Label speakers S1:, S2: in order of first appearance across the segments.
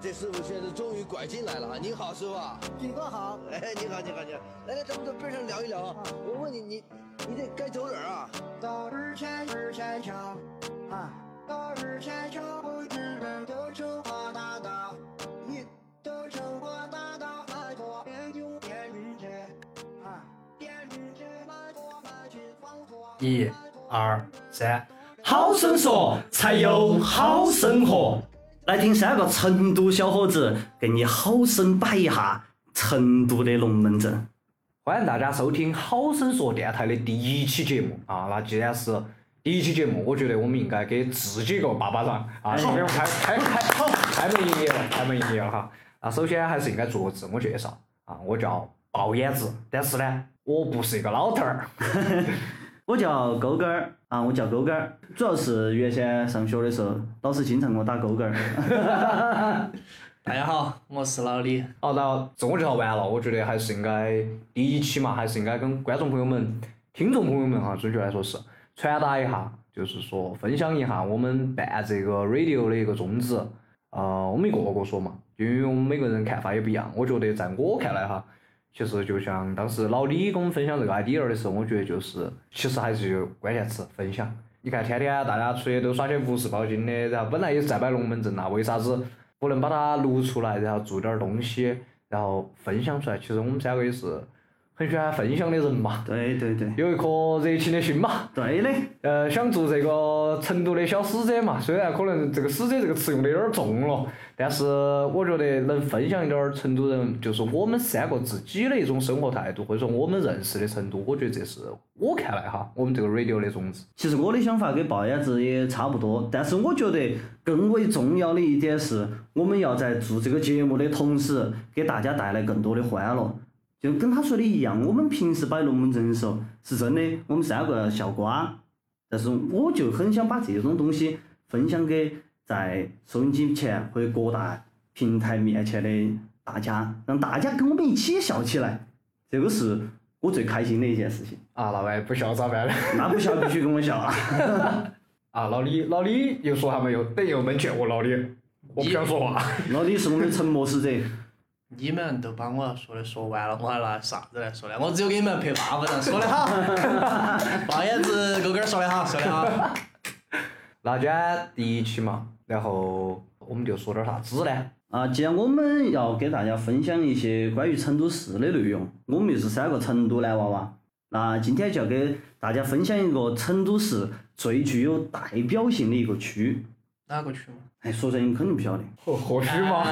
S1: 这师傅确实终于拐进来了哈。你好，师傅。啊
S2: 景哥好，
S1: 哎，你好，你好，你好。来来，咱们到边上聊一聊啊。我问你，你你这该走哪儿啊？
S2: 到日前日前桥啊，到日前桥不知人都中华大道，一都中华大道爱国研究电视剧啊，电视剧卖国卖去放火。
S3: 一、二、三，好生说才有好生活。来听三个成都小伙子给你好生摆一下成都的龙门阵。欢迎大家收听《好生说》电台的第一期节目啊！那既然是第一期节目，我觉得我们应该给自己一个巴巴掌啊！今天开开开开门营业了，开门营业了哈！啊，首先还是应该做个自我介绍啊！我叫鲍眼子，但是呢，我不是一个老头儿。
S4: 我叫勾勾儿啊，我叫勾勾儿，主要是原先上学的时候，老师经常给我打勾勾儿。
S5: 大家好，我是老李。
S3: 好，哦那自我介绍完了，我觉得还是应该第一期嘛，还是应该跟观众朋友们、听众朋友们哈，准确来说是传达一下，就是说分享一下我们办这个 radio 的一个宗旨。呃，我们一个个说嘛，因为我们每个人看法也不一样。我觉得在我看来哈，其实就像当时老李给我们分享这个 idea 的时候，我觉得就是其实还是有关键词分享。你看，天天大家出去都耍些无事包金的，然后本来也是在摆龙门阵呐，为啥子不能把它录出来，然后做点儿东西，然后分享出来？其实我们三个也是很喜欢分享的人嘛，
S4: 对对对，
S3: 有一颗热情的心嘛。
S4: 对的，
S3: 呃，想做这个成都的小使者嘛，虽然可能这个使者这个词用的有点儿重了，但是我觉得能分享一点儿成都人，就是我们三个自己的一种生活态度，或者说我们认识的成都，我觉得这是我看来哈，我们这个 radio 的宗旨。
S4: 其实我的想法跟龅眼子也差不多，但是我觉得更为重要的一点是，我们要在做这个节目的同时，给大家带来更多的欢乐。就跟他说的一样，我们平时摆龙门阵的时候，是真的我们三个笑瓜，但是我就很想把这种东西分享给在收音机前或者各大平台面前的大家，让大家跟我们一起笑起来，这个是我最开心的一件事情。
S3: 啊，那万一不笑咋办呢？
S4: 那不笑必须跟我笑啊！
S3: 啊，老李，老李又说他们又等又蒙圈我老李，我不想说话。
S4: 老李是我们的沉默使者，
S5: 你们都把我说的说完了，我还拿啥子来说呢？我只有给你们拍巴巴掌，说的好。包眼子勾勾儿说的好，说的好。
S3: 那今天第一期嘛，然后我们就说点啥子呢？
S4: 啊，既然我们要给大家分享一些关于成都市的内容，我们又是三个成都男娃娃，那今天就要给大家分享一个成都市最具有代表性的一个区。
S5: 哪个区嘛？
S4: 哎，说出来你肯定不晓得，
S3: 或或许 嘛，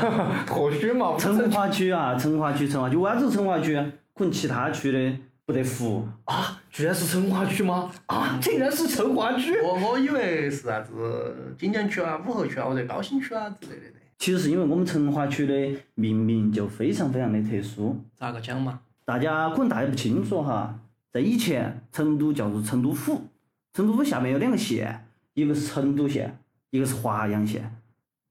S3: 或许嘛，
S4: 成华区啊，成华区，成华区，为啥子成华区？啊可能其他区的不得服。
S3: 啊，居然是成华区吗？啊，竟然是成华区！
S5: 我我以为是啥子锦江区啊、武侯区啊，或者高新区啊之类的呢。
S4: 其实是因为我们成华区的命名就非常非常的特殊，
S5: 咋个讲嘛？
S4: 大家可能大家不清楚哈，在以前成都叫做成都府，成都府下面有两个县，一个是成都县，一个是华阳县。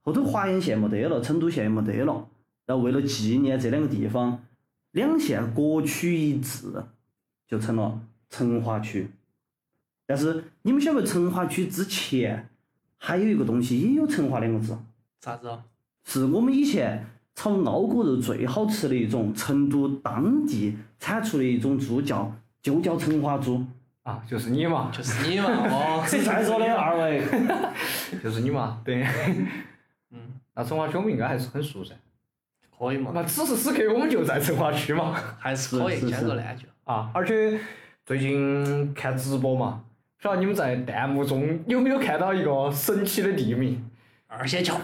S4: 后头华阳县没得了，成都县也没得了。然后为了纪念这两个地方，两县各区一致，就成了成华区。但是你们晓不晓得成华区之前还有一个东西也有成华两个字？
S5: 啥子哦？
S4: 是我们以前炒脑锅肉最好吃的一种成都当地产出的一种猪叫，就叫成华猪。
S3: 啊，就是你嘛，
S5: 就是你嘛， 哦。
S4: 是在座的二位，
S3: 就是你嘛，对。
S5: 嗯，
S3: 那成华区我们应该还是很熟噻。
S5: 可以嘛？
S3: 那此时此刻我们就在成华区嘛。
S5: 还是可以，
S4: 是是
S5: 先
S4: 是
S5: 做烂就。
S3: 啊，而且最近看直播嘛，不知道你们在弹幕中有没有看到一个神奇的地名？
S5: 二仙桥。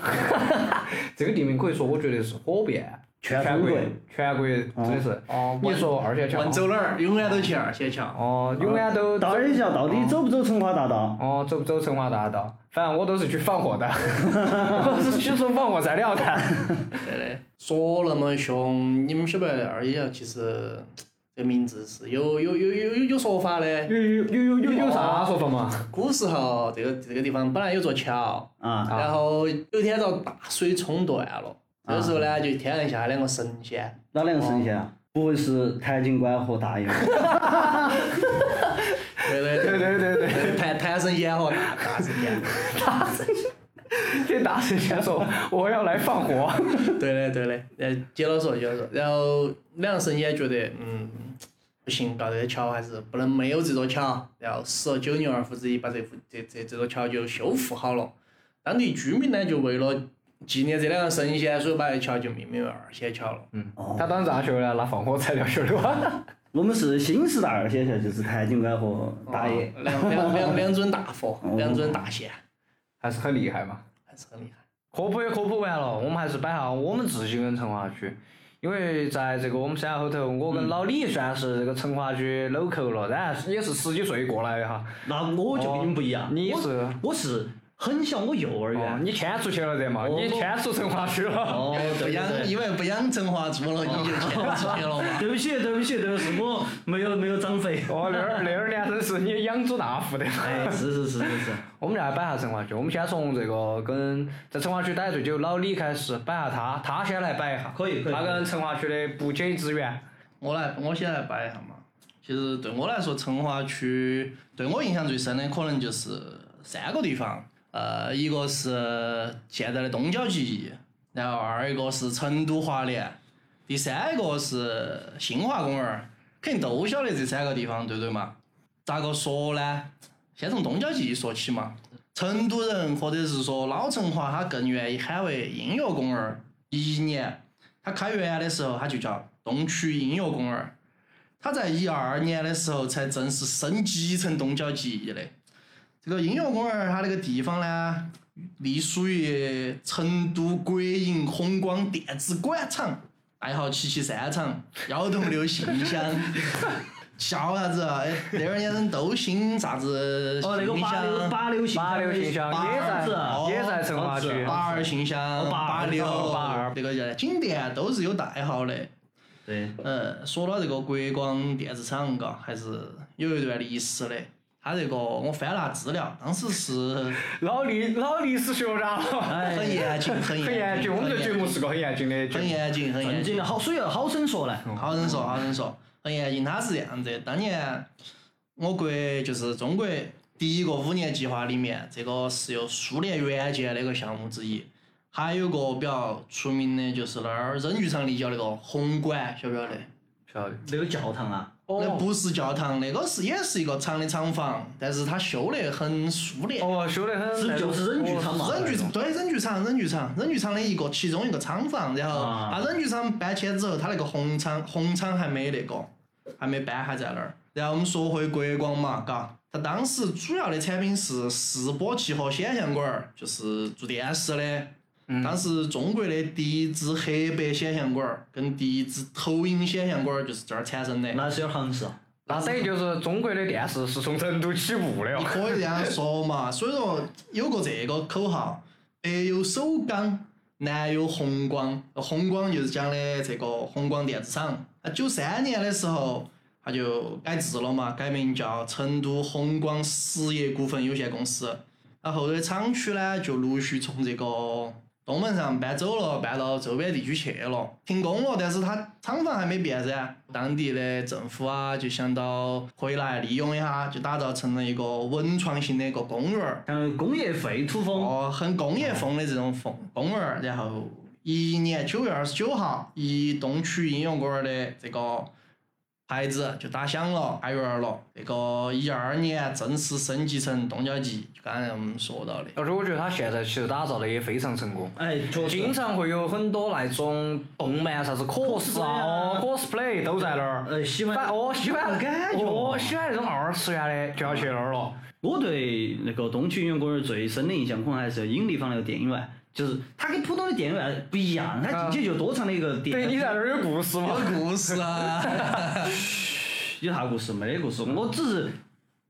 S3: 这个地名可以说，我觉得是火遍
S4: 全
S3: 全
S4: 中
S3: 国
S4: 国，
S3: 全国真的是。
S5: 哦
S3: 你说二线桥
S5: 问？走哪儿，永远都去二仙桥。
S3: 哦，永远都
S5: 啊
S4: 到底叫到底走不走成华大道？
S3: 哦，走不走成华大道？反正我都是去放货的， 我是去从放货材料的。
S5: 对的，说那么凶，你们晓不晓得二幺幺其实这名字是有有有有有有说法的。
S3: 有有有有有有啥说法嘛？
S5: 古时候这个这个地方本来有座桥，
S4: 啊，
S5: 然后有一天遭大水冲断了。这个时候
S3: 啊
S5: 呢，就天上下两个神仙，
S4: 哪两个神仙啊？不会是谭警官和 大爷？
S5: 对对
S3: 对对对对，
S5: 对，谭谭神仙和大大神仙，
S3: 这大声先说我要来放火。
S5: 对嘞，对嘞，呃，接着说，接着说。然后两神也觉得，嗯，不行，搞这个桥还是不能没有这座桥。然后时而九牛二虎之一把这副这这这座桥就修复好了。当地居民呢，就为了纪念这两个神仙，所以把这桥就命名为二仙桥了。
S6: 哦
S3: 他当时咋修呢？拿放火材料修的哇。
S6: 我们是新时代二仙桥，就是谭警官和大爷。
S5: 哦两 两两两尊大佛，两尊大仙，
S3: 还是很厉害嘛。
S5: 还是很厉害。
S3: 科普也科普完了，我们还是摆下我们自己跟成华区，因为在这个我们三亚后头，我跟老李算是这个成华区 local 了，当然也是十几岁过来的哈。
S4: 那我就跟你们不一样，
S3: 你
S4: 我
S3: 是
S4: 我是很小，我幼儿
S3: 哦，
S4: 园。
S3: 你迁出去了得嘛？
S4: 哦
S3: 你迁出成华区了。
S4: 啊哦，
S5: 不
S4: 对对
S5: 养，
S4: 对。
S5: 因为不养成华猪了，你就 牵出去哦了嘛。
S4: 对不起，对不起，对不起，我没有没有长肥。
S3: 哦，那儿那儿年真是你养猪大户的。
S4: 哎，是是是是是，
S3: 我们来摆下成华区，我们先从这个跟在成华区待最久老李开始摆下他，他先来摆一下。
S4: 可以可以
S3: 他跟成华区的不解之缘。
S5: 我来，我先来摆一下嘛。其实对我来说，成华区对我印象最深的可能就是三个地方，呃，一个是现在的东郊记忆，然后二一个是成都华联，第三个是新华公园，肯定都晓得这三个地方，对不对嘛？咋个说呢？先从东郊记忆说起嘛。成都人或者是说老成华，他更愿意喊为音乐公园。一一年它开园的时候，它就叫东区音乐公园。它在一二年的时候才正式升级成东郊记忆的。这个音乐公园它那个地方呢，隶属于成都国营红光电子管厂，代号七七三厂，幺洞六信箱。 笑啥子啊？哎，那儿年人都兴啥子啊
S4: 哦，那个
S5: 信
S4: 八六
S5: 箱
S4: 八六信
S3: 八六信箱也
S4: 八
S3: 在
S4: 子哦
S3: 也在成华区。
S5: 八二信箱、
S4: 哦八二
S5: 六、
S3: 八二
S5: 这个叫景点都是有代号的。
S4: 对，
S5: 嗯，说到这个国光电子厂，嘎，还是有一段历史的。它这个我翻了下资料，当时是
S3: 老李，老李是学渣了，
S5: 哎很严谨、很
S3: 很严
S5: 严
S3: 谨。我们这节目
S5: 很
S3: 是个很严谨的节目。
S5: 严谨、很严
S4: 正
S5: 谨
S4: 经。的啊好，所以要好生说嘞。
S5: 好人说，好人说，很严谨。它是这样子的，当年我国就是中国第一个五年计划里面，这个是由苏联援建的一个项目之一。还有个比较出名的，就是那儿人剧场立交那个红馆，晓不晓得？
S3: 晓得。
S4: 那个教堂啊，
S3: 哦
S5: 那不是教堂，那个是也是一个厂的厂房，但是它修得很苏联。
S3: 哦，修得很。哦
S4: 是就是忍剧场嘛。
S5: 忍剧场对忍剧场，忍剧场，忍剧场的一个其中一个厂房，然后
S4: 啊
S5: 把忍剧场搬迁之后，它那个红厂红厂还没那个，还没搬，还在那儿。然后我们说回国光嘛，嘎，它当时主要的产品是示波器和显像管儿，就是做电视的。当时中国的第一支黑白显像管儿跟第一支投影显像管儿就是这儿产生的。
S4: 那是有点行市啊。
S3: 那等于就是中国的电视是从成都起步的哦。
S5: 你可以这样说嘛。所以说有个这个口号：北有首钢，南有呃红光。红光就是讲的这个红光电子厂。啊，九三年的时候，它就改制了嘛，改名叫成都红光实业股份有限公司。然后头的厂区呢，就陆续从这个东门上搬走了，搬到周边地区去了，停工了。但是它厂房还没变噻，当地的政府啊，就想到可以来利用一下，就打造成了一个文创型的一个公园儿，
S4: 像工业废土风，
S5: 哦，很工业风的这种风公园儿。然后一一年九月二十九号，以东区应用公园儿的这个牌子就打响了，开园了。这个一二年正式升级成东郊记，就刚才我们说到的。
S3: 而且我觉得他现在其实打造的也非常成功，
S4: 哎，确
S3: 经
S4: 实。
S3: 常会有很多那种动漫啥子 cos 啊、哦 cosplay 都在那儿。
S4: 呃，喜
S3: 反
S4: 欢
S3: 哦喜欢
S4: 感觉
S3: 哦喜欢那种二次元的就要去那儿了。
S4: 我对那个东区音乐公园最深的印象，可能还是影立方那个电影院，就是它跟普通的电影院不一样，它进去就多成了一个电
S3: 对，你
S4: 影
S3: 在那儿有故事吗？
S5: 有 故事啊！
S4: 有啥故事？没得故事，我只是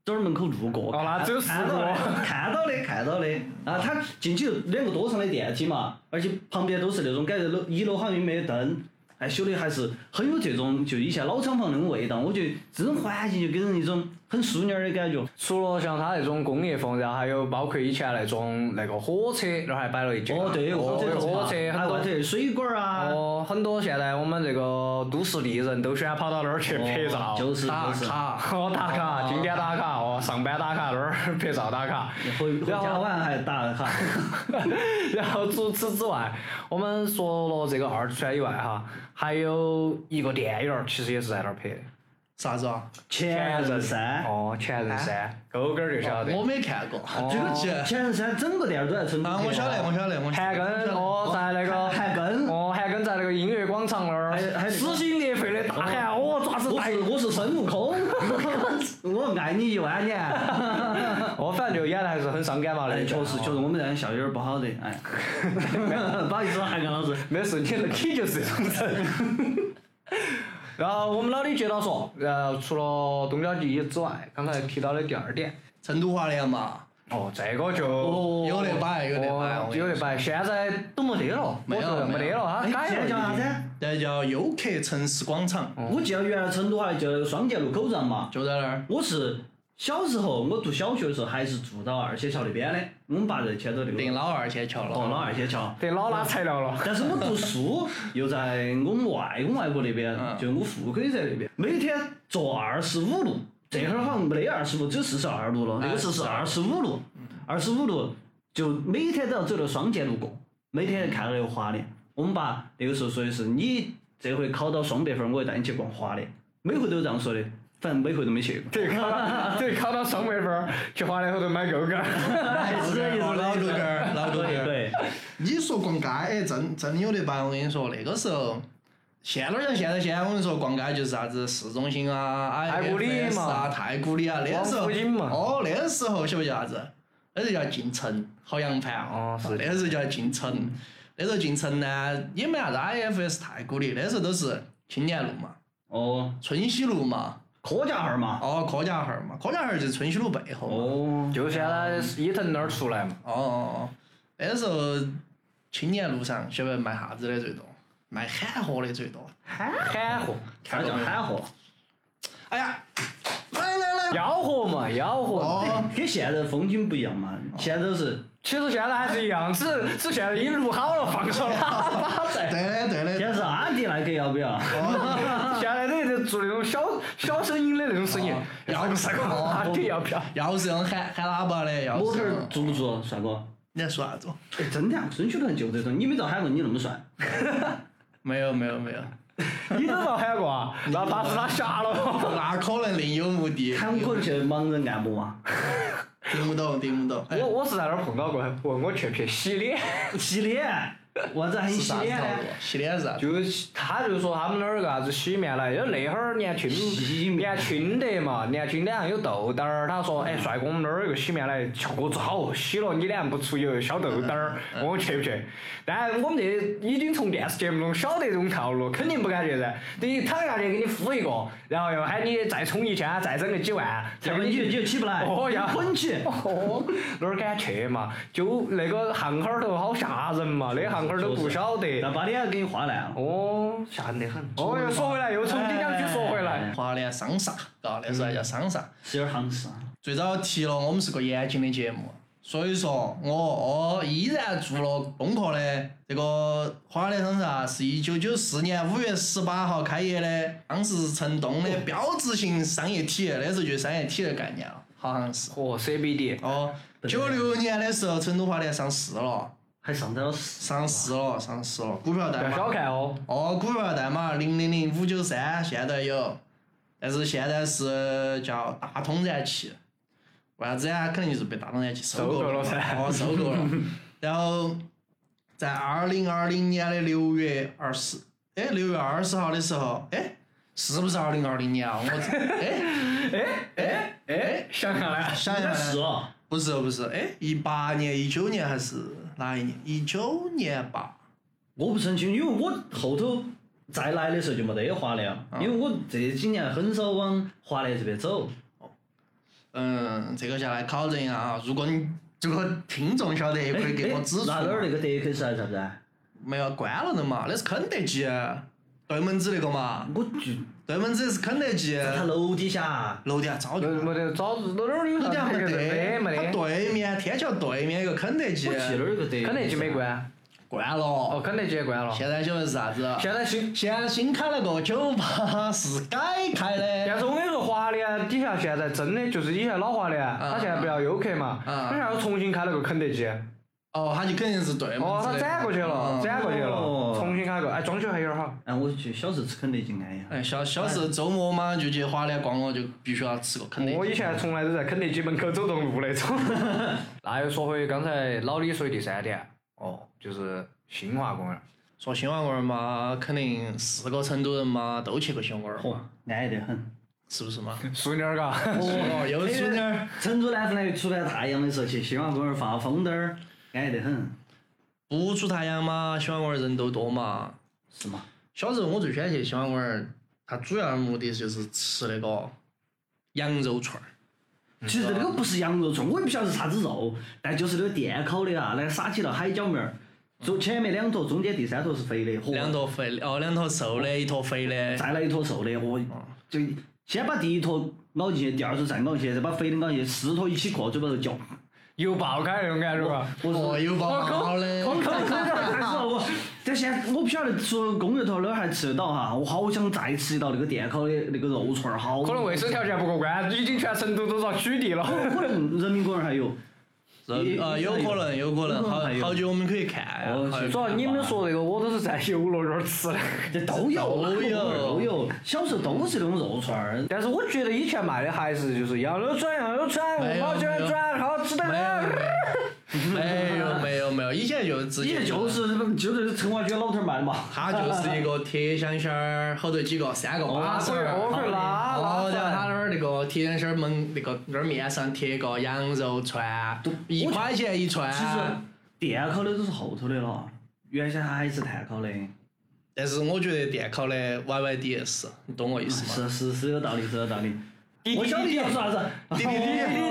S4: 走儿门口路过。
S3: 嗯哦那只有
S4: 看
S3: 四个
S4: 看到的，看到的，看到的。啊，它进去有两个多层的电梯嘛，而且旁边都是那种感觉楼一楼好像也没得灯，哎，修的还是很有这种就以前老厂房那种味道。我觉得这种环境就给人一种很淑女儿的感觉。
S3: 除了像他那种工业风，然后还有包括以前那种那个火车，那儿还摆了一节。
S4: 哦，对，有火车
S3: 有
S4: 头
S3: 火
S4: 嘛
S3: 车，
S4: 还
S3: 很
S4: 有
S3: 多
S4: 外头有啊水管儿啊。
S3: 哦，很多现在我们这个都市丽人都喜欢跑到那儿去拍照、
S4: 就是
S3: 打
S5: 啊
S4: 就是
S3: 卡、哦打卡、景点打卡哦。哦，上班打卡那儿拍照打卡，
S4: 回回
S3: 然后
S4: 家晚还打 卡，
S3: 然后除此之外，我们说了这个二次元以外哈，还有一个电影儿其实也是在那儿拍的，《
S5: 啥子啊？
S6: 前任三，
S4: 哎
S3: 哦，《前任三》，勾勾儿就晓得。
S5: 我没看过，这个剧。
S6: 前任三整个电影都在成都
S5: 啊，我晓得，我晓得，我
S3: 韩
S5: 晓
S3: 庚
S5: 得。
S3: 哦，在那个
S6: 韩庚
S3: 哦，韩庚在那个音乐广场那儿
S6: 还还
S3: 撕心裂肺的大喊，哦我爪子
S6: 我
S3: 大
S6: 是我是孙悟 空，我爱你一万年。
S3: 哦，反正就演的还是很伤感嘛那
S4: 哎，
S3: 一段
S4: 确实，确实，我们这样效有点不好的， 哎，不好意思，韩庚老师。
S3: 没事，你你就是这种人。 然后我们老李接着说，然后除了东郊记忆之外，刚才提到的第二点，
S5: 成都华联嘛，
S3: 哦，这个就
S5: 有得摆有得摆
S3: 哦
S5: 我跟你
S3: 有得摆，现在都没得了，
S5: 没
S3: 我
S5: 有
S3: 觉得没哎
S5: 没
S3: 得
S5: 有
S3: 了，
S4: 哎
S3: 它啊改
S6: 现
S3: 了
S6: 在
S3: 已
S6: 叫啥
S3: 经
S6: 子？？
S5: 那叫优客城市广场，
S4: 我记得原来成都还叫那个双节路口站嘛，
S5: 就在那儿。
S4: 我是小时候我读小学的时候还是住到二仙桥那边的，我们爸在迁到那
S5: 定
S4: 个
S5: 老二先桥
S4: 哦老
S5: 了。
S4: 二仙桥，
S3: 得老拉材料 了。
S4: 但是我读书又在我们外公外婆那边，
S5: 嗯
S4: 就我父母在那边，每天坐二十五路，这会儿好像没得二十路，只有四十二路了。那个时候是二哎十五路，二十五路就每天都要走那双节路过，每天看那个华联。我们爸那个时候说的是，你这回考到双百分儿，我会带你去逛华联。每回都这样说的，反正每回都没去过。
S3: 对，考到对考到双百分儿，去华联后头买狗狗儿。
S5: 是的，老杜根儿，老杜根儿。
S4: 对，
S5: 你说逛街，哎，真真有得摆。我跟你说，那个时候，现在儿像现在，现在我跟你说逛街就是啥子市中心啊、
S3: 太古里
S5: IFS 啊、
S3: 嘛
S5: 太古里啊，那时候
S3: 王府井嘛
S5: 哦，那时候晓不晓得叫啥子？那是叫进城，好洋盘
S3: 哦是
S5: 那时候叫进城，那时候进城呢也没啥子 IFS 太古里，那时候都是青年路嘛、
S4: 哦，
S5: 春熙路嘛、
S4: 科家号儿嘛。
S5: 哦柯家巷儿嘛，柯家巷儿就是春熙路背后嘛。
S4: 哦，
S3: 就现在伊藤那儿出来嘛，
S5: 哦哦哦，那时候青年路上晓不晓得卖啥子的最多？卖喊货的最多。
S3: 喊货，
S4: 啥叫喊货？
S5: 哎呀，来来来，
S3: 吆喝嘛，吆喝。
S5: 哦，
S4: 跟现在风景不一样嘛，现在都是
S3: 其实现在还是一样，只只现在已经录好了，放上喇 叭
S5: 对
S3: 在。
S5: 的对
S4: 现在
S5: 的，
S4: 是阿迪耐克要不要？
S5: 哦
S3: 现在都在做那种小小声音的那种声音啊
S5: 哦，
S3: 要不是个阿弟要不要？
S5: 要是用喊喊喇叭的，要
S4: 模特
S5: 是
S4: 儿做不做，帅哥？
S5: 你在说啥子？
S4: 哎，真的啊，孙秋伦就这种，你没遭喊过你那么帅。
S5: 没有没有没有，
S3: 你都遭喊过啊？那怕是他瞎了。
S5: 那可能另有目的，
S4: 喊我去盲人按摩 啊，
S5: 听不懂听不懂。哎
S3: 我我是在那儿碰到过，问我去拍洗脸，
S4: 洗脸，娃子喊你
S5: 是
S4: 洗
S5: 啥子
S4: 脸
S5: 效
S4: 呢
S5: 果？？洗啊脸是啥子？
S3: 就是他就说他们那儿有个啥子洗面奶，因为那会儿年轻
S4: 洗面
S3: 年轻得嘛，年轻脸上有痘痘儿。他说，哎，帅哥，我们那儿有个洗面奶，效果之好，洗了你脸上不出油，消痘痘儿。
S4: 嗯
S3: 我说去不去？但我们这已经从电视节目中晓得这种套路，肯定不敢去噻。等于躺下去给你敷一个，然后又喊你再充一千，再整个几万，才
S4: 要
S3: 给
S4: 不
S3: 你
S4: 你就你就起不来，
S3: 哦呀
S4: 你滚起！
S3: 哦， 哪儿敢去嘛？就那个巷口儿头好吓人嘛，那巷口儿都不晓得。
S4: 那把脸给你画烂了。
S3: 哦，吓人得很。哦，又说回来，又从顶两句说回来。
S5: 华联商厦，嘎，那时候还叫商厦。
S4: 是有点行市啊，
S5: 最早提了，我们是个严谨的节目，所以说我哦依然做了功课的。这个华联商厦是一九九四年五月十八号开业的，当时是城东的标志性商业体，那时候就是商业体的概念了，好像是。
S3: 哦，CBD，
S5: 哦，九六年的时候，成都华联上市了，
S4: 还上到了市
S5: 上市了，上市了，股票
S3: 不
S5: 代
S3: 要小
S5: 码
S3: 看哦。
S5: 哦，股票代码零零零五九三，现在有，但是现在是叫大通燃气，为啥子呀？肯定就是被大通燃气收购
S3: 收购了噻
S5: 哦，收购 了。然后在二零二零年的六月二十，哎，六月二十号的时候，哎，是不是二零二零年啊？ 我哎，
S3: 哎哎哎，想下来，
S5: 想一下
S4: 那
S5: 呢
S4: 是哦，
S5: 不是不是，哎，一八年、一九年还是哪一年？一九年吧。
S4: 我不是很清楚，因为我后头再来的时候就没得华联了，因为我这几年很少往华联这边走。
S5: 嗯，这个下来考证一下啊。如果你如果听众晓得，也可以给我指出
S4: 哎那
S5: 嘛。
S4: 哪儿那个德克士还是啥子啊？
S5: 没有关了的嘛，那是肯德基，对门子那个嘛，
S4: 我就
S5: 对门子是肯德基，
S4: 他楼底下，
S5: 楼底下早就
S3: 没没得，早日哪儿有
S5: 楼底下
S3: 啥
S5: 没
S3: 子
S5: 得，
S3: 没
S5: 它
S3: 没得，
S5: 对面天桥对面有个肯德基
S4: 我，记得有个德克士
S3: 啊肯德基没关。
S5: 关了
S3: 哦，。肯德基也关了。
S5: 现在晓得是啥子？
S3: 现在新，
S5: 现在新开了个酒吧，是改开
S3: 但
S5: 的。
S3: 是我跟你说，华联底下现在真的就是以前老华联，他现在不要游客嘛，
S5: 嗯
S3: 他现在又重新开了个肯德基，
S5: 哦，他就肯定是对
S3: 哦，
S5: 门
S3: 他
S5: 子
S3: 转
S5: 的。
S3: 过去了，
S5: 嗯
S3: 转过去了，
S4: 哦
S3: 重新开个，哎，装修还有点好。
S4: 哎，我去小时候吃肯德基安逸。
S5: 哎，小小时候周末嘛，就去华联逛逛，就必须要吃个肯德基。
S3: 我以前从来都在肯德基门口走动路 那种。那又说回刚才老李说的第三点，哦，就是新华公园。
S5: 说新华公园嘛，肯定是个成都人嘛，都去过新华公园
S4: 嚯
S5: 嘛，，
S4: 安逸得很。
S5: 是不是嘛？
S3: 淑女儿嘎，
S5: 哦，又是点儿。
S4: 成都南湖来出来太阳的时候去新华公园放风灯儿，安逸得很，
S5: 不出太阳嘛，新华公园人都多嘛。
S4: 是吗？
S5: 小时候我最喜欢去新华公园，它主要的目的就是吃那个羊肉串儿。嗯
S4: 其实那个不是羊肉串，我也不晓得是啥子肉，但就是那个电烤的啊，那个撒起了海椒面儿，中前面两坨，中间第三坨是肥的，嚯
S5: 两坨肥哦，两坨瘦的，一坨肥的。
S4: 再来一坨瘦的，我
S5: 嗯
S4: 就先把第一坨咬进去，第二坨再咬进去，再把肥的咬进去，四坨一起过，嘴巴头嚼。
S3: 又爆开那种感觉嘎。
S4: 我
S5: 哦，有包好的。
S4: 我口口感太爽了，我但现在我不晓得除了公园头那儿还吃得到哈，我好想再吃一道那个电烤的那个肉串儿，好。
S3: 可能卫生条件不过关，已经全成都都遭取缔了。
S4: 可能人民公园还有。
S5: 人呃，有可能，有可能，好好久我们可以看呀。
S4: 哦
S5: 好久
S3: 主要你们说这个，我都是在游乐园吃 的。
S4: 这都有，
S5: 都有
S4: 都有。小时候都是那种肉串儿，
S3: 但是我觉得以前卖的还是就是羊肉串，羊肉串，
S5: 没
S3: 五
S5: 有
S3: 毛钱串，好吃的
S5: 没有
S3: 很。
S5: 没有没有没有，以前就直接
S4: 也就是就是城隍街老头儿卖的嘛。
S5: 它就是一个铁箱箱儿，后头几个三个巴士儿，
S3: 我会拉
S5: 然后
S3: 拉
S5: 在它
S3: 串。
S5: 那儿那个铁箱箱儿门那个那儿面上贴个羊肉串，一块钱一串
S4: 其。实电烤的都是后头的了，原先还是炭烤的。
S5: 但是我觉得电烤的 YYDS，你懂我意思吗？
S4: 是是是有道理，是有道理。我晓得你要说啥子。
S5: 滴滴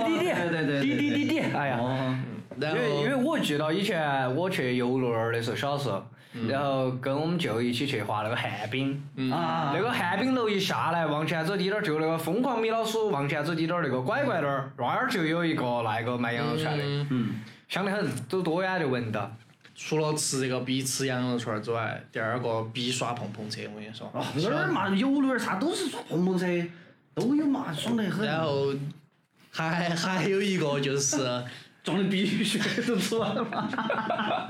S5: 滴
S3: 滴滴滴
S4: 哦对对对对
S3: 滴滴滴滴，哎呀。
S4: 哦，
S5: 然
S3: 因为因为
S5: 后
S3: 我记到以前我去游乐园儿的时候，小时候，然后跟我们舅一起去画那个旱冰，
S4: 啊，
S3: 那个旱冰楼一下来，往前走滴点儿就那个疯狂米老鼠，往前走滴点儿那个拐拐那儿，那儿就有一个那个卖羊肉串的，
S4: 嗯，
S3: 香得很，走多远就闻到。
S5: 除了吃这个必吃羊肉串儿之外，第二个必耍碰碰车，我跟你说。
S4: 哦哪儿嘛游乐园啥都是耍碰碰车，都有嘛，爽得很。
S5: 然后还还有一个就是。
S4: 撞的鼻血都出 来了嘛。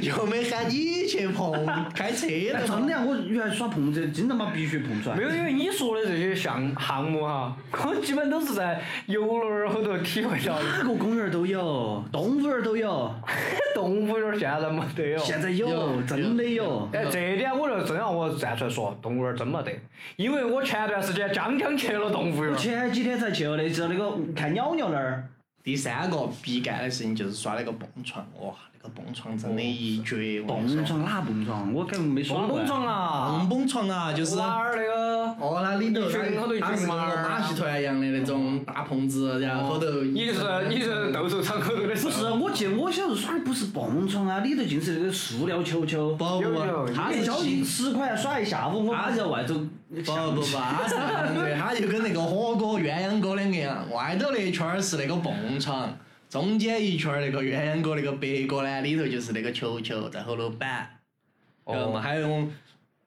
S5: 又没喊你去碰开车
S4: 哎
S5: 的
S4: 真
S5: 嘛
S4: 的呀，我原来耍碰车，经常把鼻血碰出来
S3: 没。有，因为你说的这些项项目哈，我基本都是在游乐园儿后头体会 到的，
S4: 哪个公园都有，动物园都有，
S3: 动物园儿现在没得哟。
S4: 现在有，真的有。
S3: 哎，这一点我就真要我站出来说，动物园儿真没得，因为我前段时间刚刚去了动物园
S4: 我
S3: 儿。
S4: 前几天才去了的，是那个看鸟鸟那儿，
S5: 第三个必干的事情就是耍那个蹦床，哇，那个蹦床真的一绝！我跟
S4: 蹦
S5: 你说，
S4: 床哪蹦床？我感觉没耍
S3: 蹦
S4: 过
S3: 蹦。床
S5: 蹦
S3: 啊，
S5: 蹦床啊，就是
S3: 娃
S5: 哦，
S3: 儿那个，
S5: 它里头
S3: 一群后头一群
S5: 它是那
S3: 娃儿
S5: 个马戏团一样的那种大棚子，然后后头
S3: 哦你是你是斗兽场口头的
S4: 不
S3: 事。
S4: 是，我记得我小时候耍的不是蹦床啊，里头尽是那个塑料球球。
S5: 不不
S3: 有
S5: 不，
S3: 有
S5: 它
S4: 一
S5: 是
S4: 交
S5: 新
S4: 一十块耍一下午，我还在外头。
S5: 不不不，它是这样的，它就跟那个火锅鸳鸯锅两个样，外头那一圈儿是那个蹦床，中间一圈儿那个鸳鸯锅那个白锅呢，里头就是那个球球，在后头板，然后嘛还有我们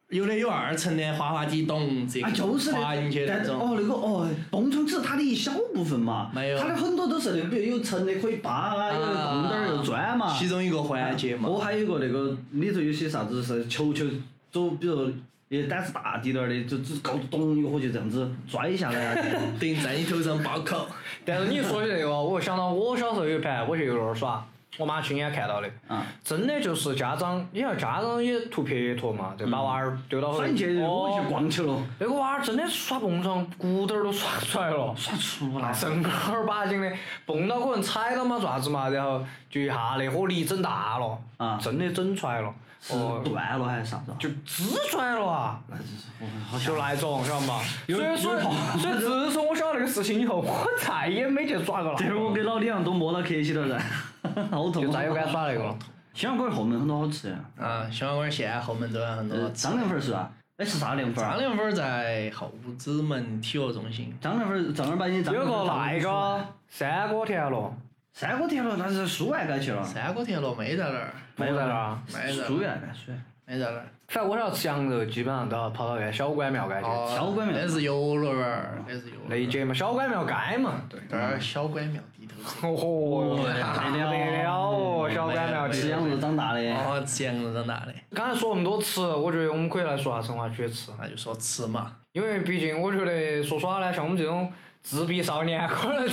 S5: 有的有二层的滑滑梯咚，这个
S4: 啊，就是
S5: 滑进去
S4: 那，
S5: 那
S4: 但
S5: 种。
S4: 哦那个哦，蹦床只是它的一小部分嘛，
S5: 没有
S4: 它的很多都是那个，比如有层的可以扒啊，有
S5: 啊
S4: 蹦灯儿有砖嘛。
S5: 其中一个环节嘛。
S4: 哦我还有一个那个里头有些啥子是球球，走，比如也胆子大滴点儿的，就只搞咚一个火球这样子拽下来 啊。
S5: 等于在你头上暴扣，
S3: 但是你说起这个，我想到我小时候有一盘，我去游乐园耍，我妈亲眼看到的。
S4: 啊
S3: 真的就是家长，你看家长也图撇脱嘛，
S4: 嗯
S3: 就把娃儿丢到后头。
S4: 反正去我去
S3: 哦，
S4: 逛去了，
S3: 那个娃儿真的耍蹦床，骨头儿都耍出来了。
S4: 耍出来。
S3: 正儿八经的蹦到可能踩到嘛爪子嘛，然后就一下那火力整大了，
S4: 啊
S3: 真的整出来了，
S4: 是哎
S3: 哦，
S4: 断了还是啥子啊？
S3: 就支出来了啊，
S4: 那真是我好
S3: 就
S4: 像
S3: 那种，晓得嘛？所以说，所以自从我晓得那个事情以后，我再也没去耍过了。
S4: 这会哎儿我给老李阳都摸到客气了噻， 好痛。啊
S3: 就再也不敢耍那个了。
S4: 新阳公园后门很多好吃的，
S5: 啊，小王儿现在后门都有很多
S4: 呃，
S5: 吃
S4: 张凉粉儿是吧？哎，是啥凉粉儿
S5: 张
S4: 啊？
S5: 良粉儿在后子门体育中心，
S4: 张凉粉儿正儿八经张
S3: 有
S4: 凉粉
S3: 个
S4: 儿。
S3: 那个三锅田螺，
S4: 山歌铁路那是苏外街去了，
S5: 山歌铁路没在那儿，
S3: 没在那儿啊。
S5: 没在那
S4: 苏外街，
S5: 儿，
S4: 苏外街。
S5: 没在那儿。
S3: 反正我晓得吃羊肉，基本上都要跑到那小拐庙街去。
S5: 哦，
S4: 小拐庙
S5: 那是游乐园儿，那是游乐园儿。
S3: 那街嘛，小拐庙街嘛。对。
S5: 这儿小拐庙低头。
S3: 哦，
S4: 哎
S3: 不得了哦，小拐庙
S4: 吃
S3: 街。
S4: 羊肉长大的，
S5: 哦，吃羊肉长大的，
S3: 刚才说那么多吃，我觉得我们可以来说下成华区的吃，
S5: 那就说吃 嘛。
S3: 因为毕竟我觉得说耍呢，像我们这种自闭少年，可能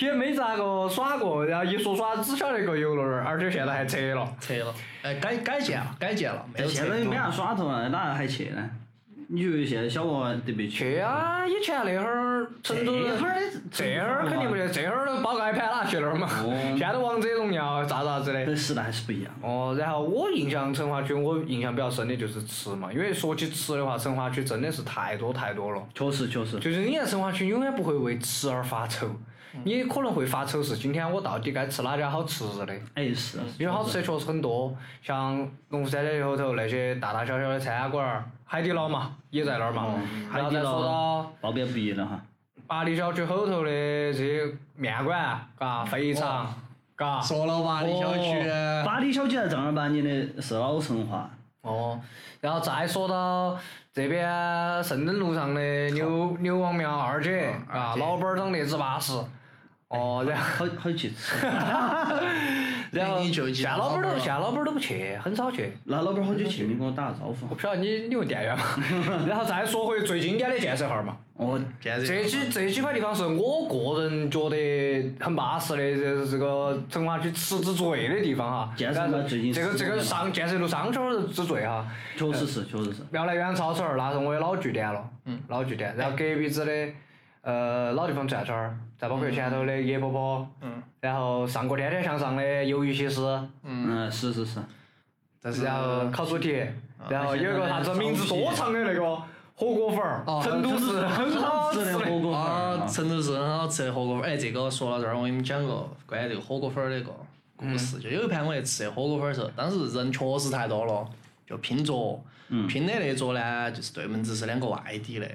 S3: 也没咋个耍过，然后一说耍只晓得个游乐园，而且现在还拆了。
S5: 撤了，哎，改改建了，改建了，没有
S4: 现
S5: 拆
S4: 在没啥耍头啊，哪还去呢？你就现在小娃娃得别去。哎
S3: 去啊！以前那会儿成都
S4: 这会儿
S3: 这会儿肯定不得，这会儿都包个 iPad 拿去那儿嘛。
S4: 哦
S3: 现在王者荣耀咋咋子的。
S4: 这时代还是不一样。
S3: 哦，然后我印象成华区，我印象比较深的就是吃嘛，因为说起吃的话，成华区真的是太多太多了。
S4: 确实确实，
S3: 就是你在成华区永远不会为吃而发愁，你可能会发愁是今天我到底该吃哪家好吃的，
S4: 哎是，
S3: 因为好吃的确实很多，像龙湖三街后头那些大大小小的餐馆儿，海底捞嘛也在那儿嘛，然后再说到
S4: 包边毕业了哈。
S3: 八里小区后头的这些面馆，啊嘎，肥肠，嘎，
S5: 说了吧，你小区。
S3: 哎
S4: 巴黎小姐正儿八经的是老成华，
S3: 哦，然后再说到这边圣灯路上的牛牛王庙二姐，啊，老板儿长得只巴适，哦，然后。
S4: 好好去吃。
S3: 然后
S5: 哎那你就
S3: 现在老板儿都现在老板儿都不去，很少去。
S4: 那老板好久去没跟我打个招
S3: 我
S4: 呼？
S3: 不晓得你你用店员嘛。 然后再说回最经典的建设号儿嘛，
S4: 哦，
S5: 建设
S3: 这几这几块地方是我个人觉得很巴适的，这这个成华区吃之最的地方哈。
S4: 建设路最近
S3: 这个
S4: 十
S3: 这
S4: 年
S3: 个
S4: 了
S3: 上建设路商圈儿之最哈。
S4: 确实是，确实是。
S3: 原来原超市儿那是我的老据点了，
S4: 嗯
S3: 老据点。然后隔壁子的呃老地方转圈儿，再包括前头的叶婆婆，
S5: 嗯
S3: 然后上过天天向上的鱿鱼西施，
S4: 嗯，是是是。
S5: 但是
S3: 然后烤猪蹄，
S4: 嗯
S3: 然后有一个啥子名字多长的那个火锅粉儿，
S4: 哦
S3: 成都市很好 吃
S4: 吃的
S3: 的。
S4: 火锅粉
S5: 啊，
S4: 儿。
S5: 成都市很好吃的火锅粉儿。哎，这个说到这儿，我给你们讲个关于这个火锅粉儿的一个故事。就有一盘我去吃火锅粉儿的时候，当时人确实太多了，就拼桌，拼的那桌呢，就是对门子是两个外地的，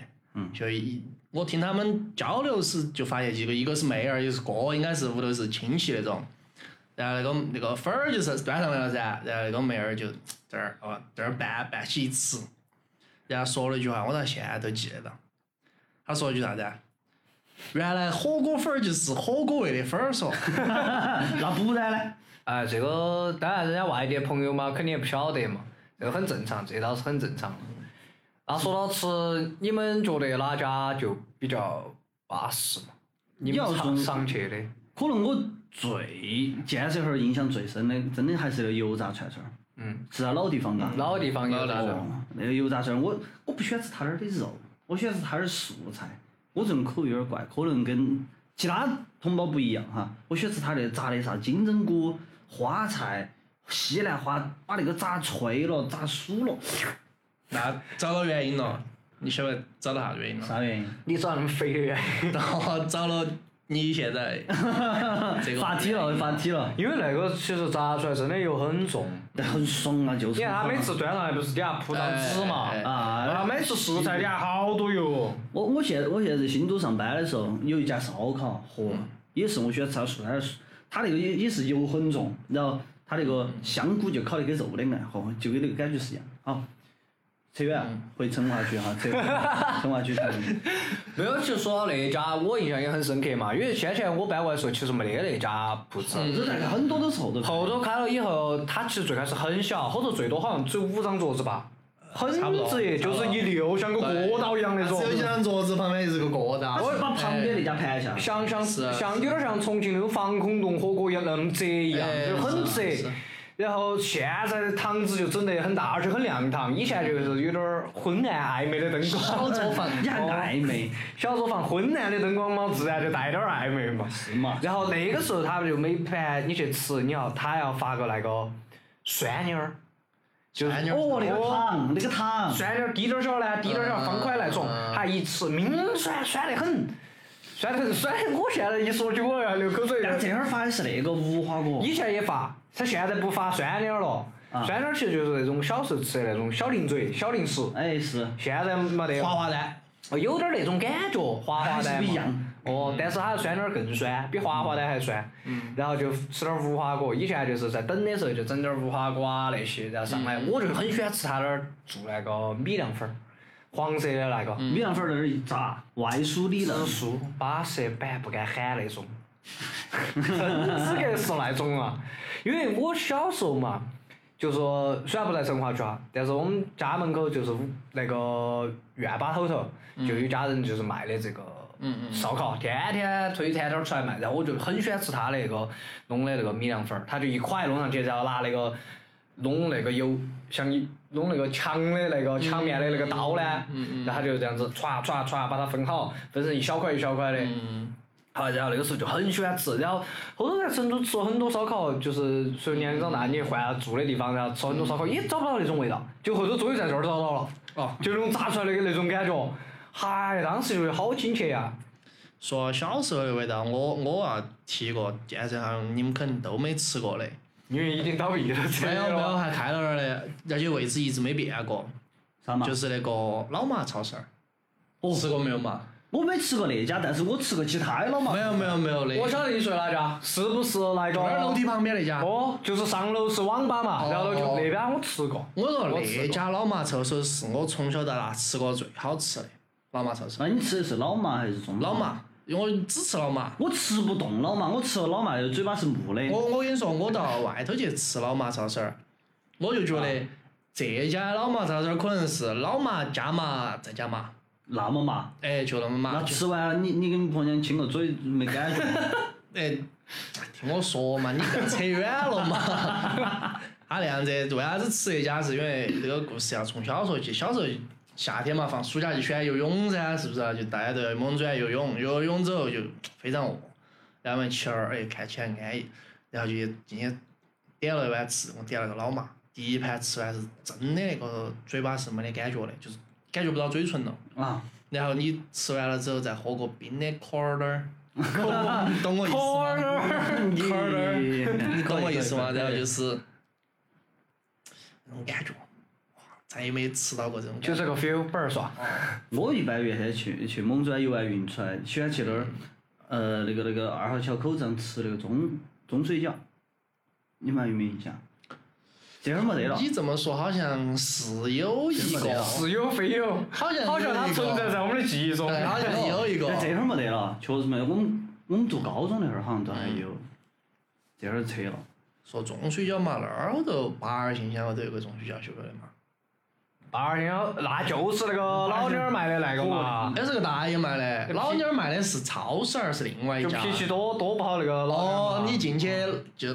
S5: 就一。我听他们交流是就发现几个，一个是妹儿，一个是哥，应该是屋头是亲戚那种。然后那个那个粉儿就是端上来了噻，然后那个妹儿就这儿哦这儿拌拌起一吃，然后说了一句话，我到现在都记得到。他说了一句啥子啊？原来火锅粉儿就是火锅味的粉儿嗦，
S4: 那不啊然呢？
S3: 哎，这个当然人家外地朋友嘛，肯定也不晓得嘛，这个很正常，这倒是很正常的。那说到吃，你们觉得哪家就比较巴适嘛？你们
S4: 要
S3: 常
S4: 从
S3: 常去的？
S4: 可能我最建设后印象最深的，真的还是那个油炸串串儿。
S3: 嗯，
S4: 是在老地方嘎。啊
S3: 老地方有啥子？
S4: 哦，那个油炸串儿，我我不喜欢吃它那儿的肉，我喜欢吃它那儿的素菜。我这种口味有点怪，可能跟其他同胞不一样哈。我喜欢吃它那炸的啥金针菇、花菜、西兰花，把那个炸脆了、炸酥了。
S5: 那找到原因了，你晓得找到啥原因了？
S4: 啥原因？
S3: 你长那么肥的原因？
S5: 然后找了你现在 这个
S4: 发体了，发体了，
S3: 因为那个其实炸出来真的油很重，
S4: 但很爽啊，就是
S3: 你
S4: 很
S3: 看
S4: 爽啊。
S3: 他每次端上来不是底下铺张纸嘛？
S5: 哎哎
S4: 啊
S5: 哎
S3: 啊，每次食材底下好多油。
S4: 我我现在我现在在新都上班的时候，有一家烧烤，嚯，
S3: 嗯
S4: 也是我喜欢吃它素，它是它那个也也是油很重，然后它那个香菇就烤那个肉的爱，嚯，就跟那个感觉是一样。好，扯远
S3: 嗯
S4: 了，回成华区哈，扯远了成华区成华区。
S3: 没有，其实说到那一家，我印象也很深刻嘛，因为先前我搬过来的时候，其实没得那家铺子。
S4: 这大概很多都是后头
S3: 后头开了以后，它其实最开始很小，后头最多好像只有五张桌子吧，很
S5: 差不多
S3: 窄，就是一溜像个过道一样那种
S5: 只。有几张桌子旁边就是个过道，
S4: 我把旁边那家盘下。
S3: 像像
S5: 是啊
S3: 像有点像重庆那种防空洞火锅一样那么窄一样，
S5: 哎
S3: 就是很
S5: 是啊是
S3: 窄
S5: 啊。
S3: 然后现在的堂子就整得很大，而且很亮堂。以前就是有点儿昏暗暧昧的灯光，
S5: 小作坊
S4: 你还暧昧
S3: 小作坊昏暗的灯光嘛，自然就带点儿暧昧嘛。
S4: 是嘛？
S3: 然后那个时候他们就每盘你去吃，你要他要发个那个酸妞儿，就是
S5: 酸妞
S4: 哦，那个
S3: 哦
S4: 糖，那个糖，
S3: 酸点儿滴点儿小呢，滴点儿小方块那种，
S5: 嗯
S3: 他一吃明酸酸得很，酸得很酸。我现在一说起我要流口水
S4: 但
S3: 了。
S4: 这会儿发的是那个无花果，
S3: 以前也发，他现在不发酸点儿了。
S4: 啊
S3: 酸点儿其实就是那种小时候吃的那种小零嘴、小零食，
S4: 哎是，
S3: 现在没得了
S5: 滑滑蛋，
S3: 哦有点儿那种感觉，滑滑
S4: 还是
S3: 蛋
S4: 不一
S3: 嘛
S4: 样。嗯
S3: 哦，但是它酸点儿更酸，比滑滑蛋还酸。然后就吃点儿无花果，以前就是在等的时候就整点儿无花果啊那些，然后上
S4: 嗯
S3: 来我就很喜欢吃它那儿做那个米凉粉儿，黄色的那个，
S5: 嗯
S6: 米凉粉儿在那儿一炸，外酥里嫩
S3: 直，竖巴适板不敢喊那种， 资格是那种啊。因为我小时候嘛，就说虽然不在成华区啊，但是我们家门口就是那个院坝头头就有家人就是卖的这个。烧烤天天推摊摊儿出来卖，然后我就很喜欢吃他那个弄的那个米凉粉儿，他就一块弄上去，然后拿那个弄那个油，像你弄那个墙的那个墙面的那个刀呢，
S5: 嗯
S3: 然后他就这样子歘歘歘把它分好，分成一小块一小块的。
S5: 嗯
S3: 好，然后那个时候就很喜欢吃，然后后头在成都吃了很多烧烤，就是随着年龄长大，你换了住的地方，然后吃很多烧烤也找不到那种味道，就后头终于在这儿找到了，
S5: 哦，
S3: 就那种炸出来的那种感觉，嗨，当时就觉得好亲切呀。
S5: 说小时候的味道，我我要提一个，现在好像你们肯定都没吃过的。
S3: 因为已经倒闭了，这
S5: 没有
S3: 个
S5: 没有，还开了那儿的，而且位置一直没变过，
S6: 啥嘛
S5: 就？是那个老麻超市儿。
S3: 哦
S5: 吃过没有嘛？
S6: 我没吃过那家，但是我吃过其他的了嘛
S5: 没。有没有没有
S3: 我
S5: 的，
S3: 晓得你说的那家，是不是那
S5: 那儿
S3: 个
S5: 楼梯？旁边那家。
S3: 哦，就是上楼是网吧嘛，
S5: 哦
S3: 然后就那边我吃过。
S5: 我说
S3: 我吃
S5: 那
S3: 过
S5: 家老麻臭手是我从小到大吃过最好吃的老麻臭手。
S6: 那你吃的是老麻还是中？
S5: 老。麻，因为我只吃老麻。
S6: 我吃不动老麻，我吃了老麻就嘴巴是木的。
S5: 我我跟你说，我到外头去吃老麻抄手儿，我就觉得这家老麻抄手儿可能是老麻加麻再加麻，
S6: 那么麻，
S5: 哎，就那么麻
S6: 那
S5: 就
S6: 吃完了你你跟你婆娘亲个嘴没感 觉？
S5: 哎，听我说嘛，你不要扯远了嘛。 他那样子，为啥子吃一家？是因为这个故事要啊从小说起。小时候夏天嘛，放暑假就喜欢游泳噻，是不是啊、就大家都要猛转游泳，游了泳之后就非常饿，然后我们妻儿哎看起来安逸，然后就今天点了一碗吃，我点了个老麻，第一盘吃完是真的那个嘴巴是没得感觉的，就是感觉不到嘴唇了。
S6: 啊，
S5: 然后你吃完了之后再喝个冰的可儿乐 儿，懂我意思吗？可儿乐儿。
S6: 你
S5: 你懂我意思吗？
S6: 可以
S5: 然后就是那种感觉，哇，再也没吃到过这种感
S3: 就
S5: 觉。
S3: 这个 feel 倍儿爽，
S6: 我一般原先去啊去猛转游完泳出来，喜欢去那儿，呃，那个那个二号桥口站吃那个中中水饺，你们还有没有印象？这会儿没得了，
S5: 你这么说好像是有一
S6: 真没得
S5: 个
S6: 了，
S3: 是有非有，
S5: 好像
S3: 好像它
S5: 有一个
S3: 存在在我们的记忆中。
S5: 哦对，好像有一个
S6: 但。这会儿没得了，确实没得。我们我们读高中那会儿好像都还
S5: 嗯
S6: 有，这会儿撤了。
S5: 说中水饺嘛，那儿后头八二新乡后头有个中水饺修的嘛，
S3: 八二年那就是那个老妞儿卖的那个嘛，
S5: 哎那是个大爷卖的，老妞儿卖的是超市儿，是另外一
S3: 就
S5: 家。
S3: 脾气多多不好那个老妞儿
S5: 哦
S3: 嘛，
S5: 你进去就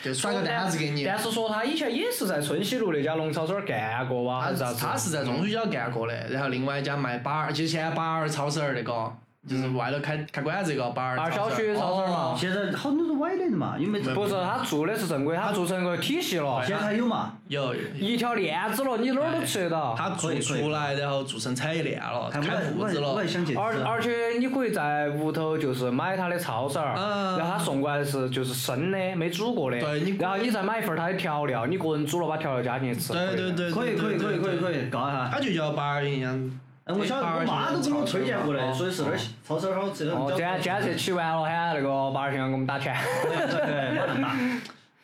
S5: 就甩个单子给你。
S3: 但是说他以前也是在春熙路那家龙抄手儿干过哇，
S5: 他
S3: 还是啥子？
S5: 他是在中水饺干过的，然后另外一家卖八二，就现在八二超市儿那个，
S6: 嗯
S5: 就是外头开开馆子那个八二
S3: 八二
S5: 超
S3: 小区超市儿嘛
S5: 哦
S6: 现在好多都歪的嘛，因为
S3: 不是他做的是正规，他做成个体系了，
S6: 现在还有嘛？
S5: 有，
S3: 一条链子了，你哪儿都吃得到。
S5: 他做
S6: 可以可以
S5: 出来，然后做成产业链了，
S6: 看我
S5: 开
S6: 还我
S5: 铺
S6: 还
S5: 子
S6: 我
S5: 了
S6: 还。 想去吃。
S3: 而而且你可以在屋头就是买它的抄手儿，
S5: 嗯
S3: 然后它送过来是就是生的，没煮过的。
S5: 对你
S3: 然后你再买一份它的调料，你个人煮了把调料加进去吃。
S5: 对对。对，
S6: 可以可以可以可以
S5: 以，
S6: 可以，搞一下。
S5: 他就叫八二营养。
S6: 哎，我晓得，我妈都给我推荐过的，所以是那儿超市儿好吃的。
S3: 哦，今天今天这期完了，喊那个八二先生给我们打钱。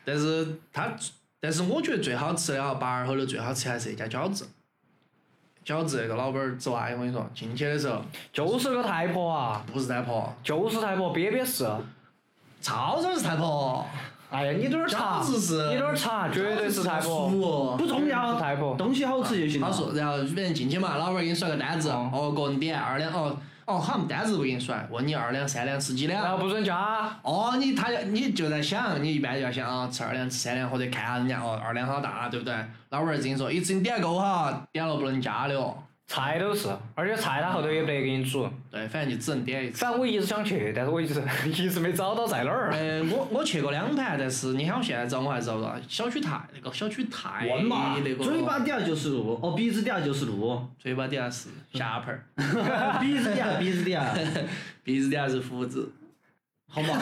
S5: 但是他，但是我觉得最好吃的啊，八二后头最好吃还是一家饺子。饺子那个老板儿之外，我跟你说，进去的时候
S3: 就是个太婆啊，
S5: 不是太婆，
S3: 就是太婆，憋憋是。
S5: 超市儿是太婆，
S3: 哎呀，你哪儿查？
S5: 饺子是
S3: 你哪儿查？绝对是太婆。
S5: 熟
S6: 不重
S3: 是
S6: 要，
S3: 太婆
S6: 东西好吃就行
S5: 他
S6: 了。
S5: 说，然后反正进去嘛，老板给你甩个单子，
S3: 哦
S5: 哦，个人点二两，哦，哦，好像单子不给你甩，问你二两、三两是几
S3: 然后
S5: 两？
S3: 不准加，
S5: 哦，你他你就在想，你一般就要想啊，吃二两、吃三两，或者看下人家哦，二两好大，对不对？老板儿就跟你说，一次你点够哈，点了不能加的哦。
S3: 菜都是，而且菜它后头也不得给你煮。
S5: 对，反正就只能点一次。
S3: 反正我一直想去，但是我一直 一直没找到在哪儿。
S5: 呃，我我去过两盘，但是你喊我现在找我还找不到。小区太那个小区太
S6: 问嘛，
S5: 哎那个
S6: 嘴巴底下就是路，哦，鼻子底下就是 路，
S5: 嘴巴底下是下盘儿，
S6: 鼻子底下，鼻子底下，
S5: 鼻子底下是胡子。
S6: 好嘛。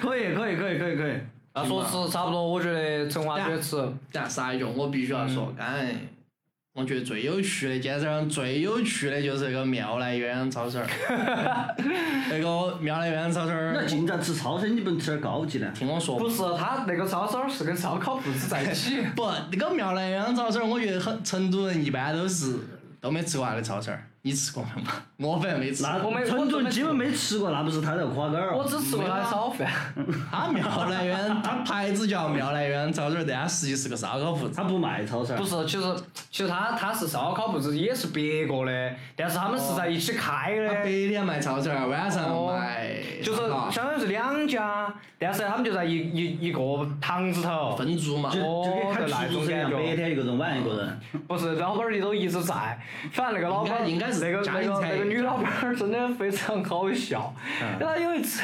S6: 可以，可以，可以，可以，可以。
S3: 啊，说是差不多，我觉得成华区吃嗯
S5: 但是一句我必须要说，刚才哎我觉得最有趣的，今天早上最有趣的就是那个妙来鸳鸯抄手儿， 那个妙来鸳鸯抄手
S6: 你要
S5: 儿，
S6: 进站吃抄手，你不能吃点高级呢？
S5: 听我说
S3: 不是，他那个烧烧是跟烧烤不是在 一起。
S5: 不，那个庙来鸳鸯抄手儿，我觉得很成都人一般都是都没吃过它的抄手儿，你吃过没嘛？我反正没吃。
S3: 我没
S6: 那
S3: 我
S6: 成都人
S3: 准备
S6: 基本没吃过，那不是他在夸杆儿
S3: 我
S6: 哦。
S3: 只吃过他的烧饭，
S5: 它庙来鸳 鸯，它牌子叫庙来鸳鸯抄手儿，但它实际是个烧烤铺子。
S6: 他不卖抄手
S3: 不，是，其实其实他他是烧烤铺子，也是别个的，但是他们是在一起开
S5: 它
S6: 啊
S5: 白
S3: 的，
S5: 天卖抄手儿，晚上卖
S3: 哦就是
S5: 烧烤
S3: 相当于是两家，但是他们就在一一一个堂子头，
S5: 分租嘛
S6: 就。就跟
S3: 哦
S6: 开出租车一样，
S3: 那种感觉哦
S6: 白天一个人，晚上一个人。
S3: 不是老板儿都一直在，反正那个老板儿
S5: 应该应该是
S3: 那个
S5: 家
S3: 那
S5: 里
S3: 个
S5: 才
S3: 那个女老板儿真的非常好笑。
S5: 嗯
S3: 因为她有一次，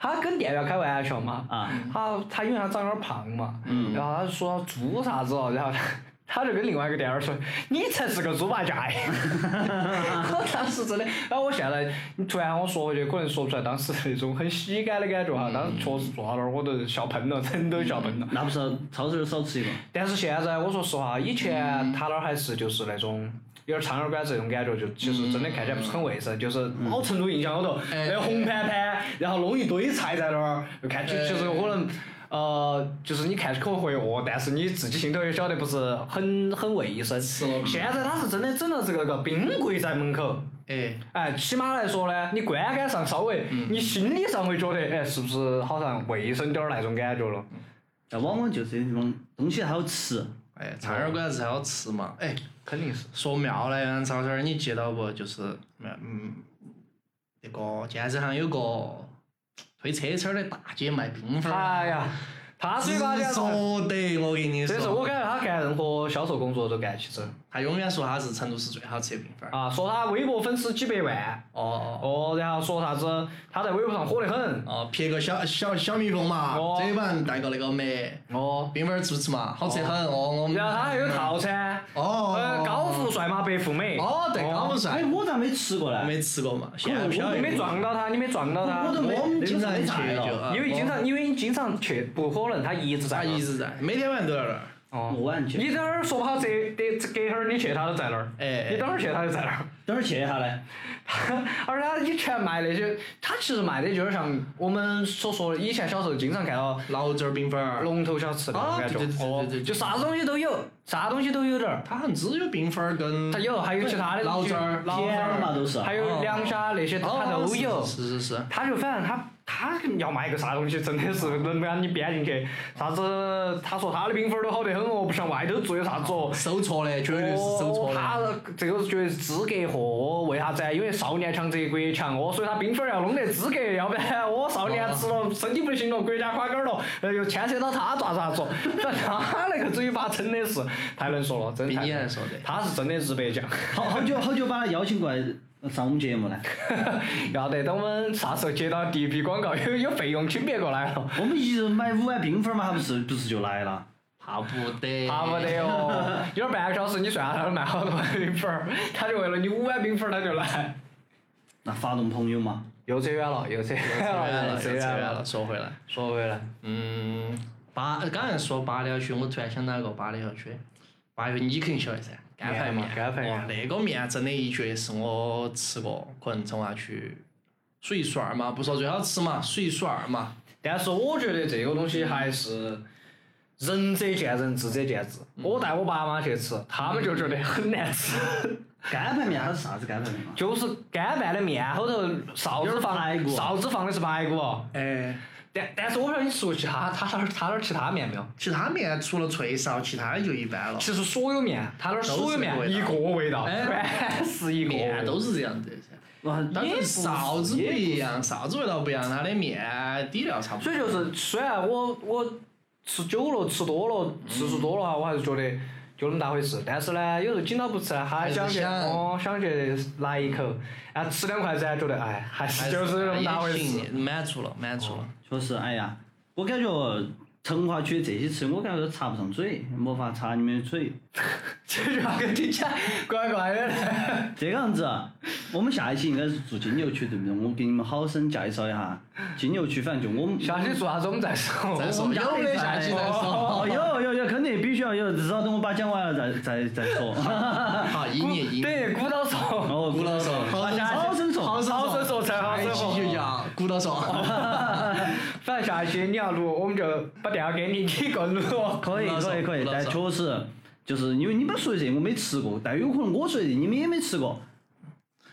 S3: 她跟店员开玩笑嘛，
S6: 啊
S5: 嗯
S3: 她她因为她长有点胖嘛，然后她说猪啥子哦，然后她她就跟另外一个店员说：“你才是个猪八戒。” 我当时真的，然后我现在你突然我说回去，可能说不出来当时那种很喜感的感觉哈，
S5: 嗯
S3: 当时确实坐到那儿我都笑喷了，人都笑喷了。
S6: 那不是抄手少吃一个，
S3: 但是现在我说实话，以前他那儿还是就是那种有点苍蝇馆这种感觉，就其实真的看起来不是很卫生，就是老成都印象里头，
S5: 哎
S3: 那个红盘盘，然后弄一堆菜在那儿，就看起
S5: 哎
S3: 其实可能。呃，就是你看起可能会饿，但是你自己心头也晓得不是很很卫生。
S5: 了
S3: 现在他是真的整了这个个冰柜在门口，
S5: 哎，
S3: 哎，起码来说呢，你观感上稍微，你心理上会觉得，哎，是不是好像卫生点儿那种感觉了？
S6: 但往往就这种东西好吃。
S5: 哎，苍耳馆子才好吃嘛。哎，
S3: 肯定是。
S5: 说庙来鸳鸯抄手儿，你记到不？就是嗯嗯，那个健身上有个推车车儿的大姐卖冰粉儿。
S3: 哎呀，他嘴巴里
S5: 直说的，我跟你
S3: 这是
S5: 说，
S3: 我感觉他干任何销售工作都干起走
S5: 他永远说他是成都市最好吃的冰粉儿。
S3: 啊，说他微博粉丝几百万，
S5: 哦
S3: 哦，然后说啥子他在微博上火得很，
S5: 哦，撇个小小小蜜蜂嘛
S3: 哦，
S5: 嘴巴带个那个梅，
S3: 哦，
S5: 冰粉儿吃不吃嘛？好吃得很哦，我们
S3: 然后他还有套餐，
S5: 哦
S3: 呃，高富帅嘛，白富美，
S5: 哦，对，高
S3: 啊
S5: 富
S6: 哎，
S5: 帅，
S6: 我咋没吃过呢？
S5: 没吃过嘛，现在
S3: 我
S5: 飘
S3: 你
S5: 逸
S3: 没撞到他，你没撞到
S6: 我
S3: 他
S6: 都，没，
S5: 我们
S6: 那个
S5: 经
S6: 是
S5: 常
S6: 没
S5: 去
S6: 菜
S5: 就
S6: 了，
S5: 啊
S3: 因为经常因为你经常去，不可能他一直在
S5: 他
S3: 那儿
S5: 一直在，每天晚上都在那儿。
S3: 哦
S6: 我。晚去，
S3: 你等会儿说不好，这这这隔会儿你去他都在那儿，
S5: 哎
S3: 你等会儿去他就在那儿。
S6: 等会儿去一下嘞。
S3: 而且他以前卖那些，他其实卖的就是像我们所说的，以前小时候经常看到
S5: 醪糟冰粉儿，
S3: 龙头小吃那种感觉，
S5: 啊对对对
S3: 哦
S5: 对对对
S3: 就啥东西都有，啥东西都有点儿。
S5: 它好像只有冰粉儿跟
S3: 它有，还有其他的
S5: 醪
S3: 东西
S5: 糟儿、
S3: 醪
S6: 甜的嘛都是
S3: 还有凉虾那些，
S5: 哦
S3: 它都有。
S5: 是是是，
S3: 他就反正他他要卖个啥东西，真的是能把你编进去。啥子？他说他的冰粉儿都好得很哦，不像外头做的啥子哦。
S5: 手搓的，绝对是手
S3: 哦
S5: 搓，
S3: 他
S5: 的。
S3: 这个是绝对是资格货，为啥子啊？因为少年强则国强哦，所以他冰粉儿要弄得资格，要不然我少年吃了身体不行了，国家垮杆儿了，呃又牵涉到他咋咋说？反正 他那个嘴巴真的是太能说了，真
S5: 比
S3: 太
S5: 你
S3: 能
S5: 还说的
S3: 他是真的日白讲，
S6: 好好久好久把他邀请过来上我们节目呢。
S3: 要得，等我们啥时候接到第一批广告， 有有费用请别个来了。
S6: 我们一人买五碗冰粉嘛，还不是不是就来了？
S5: 怕不得，
S3: 怕不得哦，一会儿半个小时你算下他卖好多碗冰粉儿，他就为了你五碗冰粉儿他就来。
S6: 那发动朋友嘛，
S3: 又扯远了，又扯远
S5: 扯远了，
S3: 了，
S5: 扯
S3: 远
S5: 远了。。说回来，
S3: 说回来，
S5: 嗯，八刚才说八里小区，我突然想到一个八里小区，八里小区你肯定晓得噻，干
S3: 面
S5: 排面
S3: 嘛，干排面
S5: 哇，那个面真的一绝，是我吃过啊可能从化区数一数二嘛，不说最好吃嘛，数一数二嘛。
S3: 但是我觉得这个东西还是仁者见仁，智者见智。我带我爸妈去吃，他们就觉得很难吃，
S6: 干拌面它是啥子干拌面嘛？
S3: 就是干拌的面后头臊
S6: 排
S3: 子放
S6: 骨
S3: 臊子放的是排骨，哦
S5: 哎，
S3: 但但是我不晓得你吃过其他他那儿他那儿其他面没有？
S5: 其他面除了脆臊，其他的就一般了。
S3: 其实所有面他那儿所有面
S5: 都是
S3: 一
S5: 一
S3: 个
S5: 个
S3: 味道，
S5: 哎
S3: 全是一个味
S5: 面
S3: 道
S5: 都是这样子的噻。
S3: 啊
S6: 哇，
S5: 但是臊子不一样，臊子味道不一样，它的面底料差不多。
S3: 所以就是，虽然我我吃久了、吃多了、次数多了哈，我还是觉得就那么大回事。但是呢，有时候紧到不吃呢，还想去
S5: 还是想
S3: 哦，想去来一口，然后吃两块子，觉得哎，还是就是那么大回
S5: 也
S3: 事。
S5: 行满足了，满足了。
S6: 确实，哎呀，我感觉成华区这些吃，我感觉都插不上嘴，没法插你们的嘴。
S3: 这句话跟听起来怪怪的嘞。
S4: 这个样子啊，我们下一期应该是做金牛区，对不对？我给你们好生介绍一下金牛区，反正就我们
S3: 下期做啥子我们再说。
S5: 再说
S3: 我们家
S5: 有的
S3: 里
S5: 下期再说
S4: 哦，有有有，肯定必须要有，至少等我把它讲完了再再再说。
S5: 好，一年一 年。
S3: 对，鼓捣说，
S4: 哦，
S5: 古老说，
S4: 好生说，
S5: 好
S3: 好生哦说，才好
S5: 下一
S3: 生
S5: 期就
S3: 说。
S5: 叫古老说。
S3: 反正下一期你要录，我们就把电话给你，你一个 人录。
S4: 可以
S5: 不能
S4: 可以
S5: 说
S4: 可以，
S5: 不能
S4: 但
S5: 说
S4: 确实就是因为你们说的这我没吃过，但有可能我说的你们也没吃过。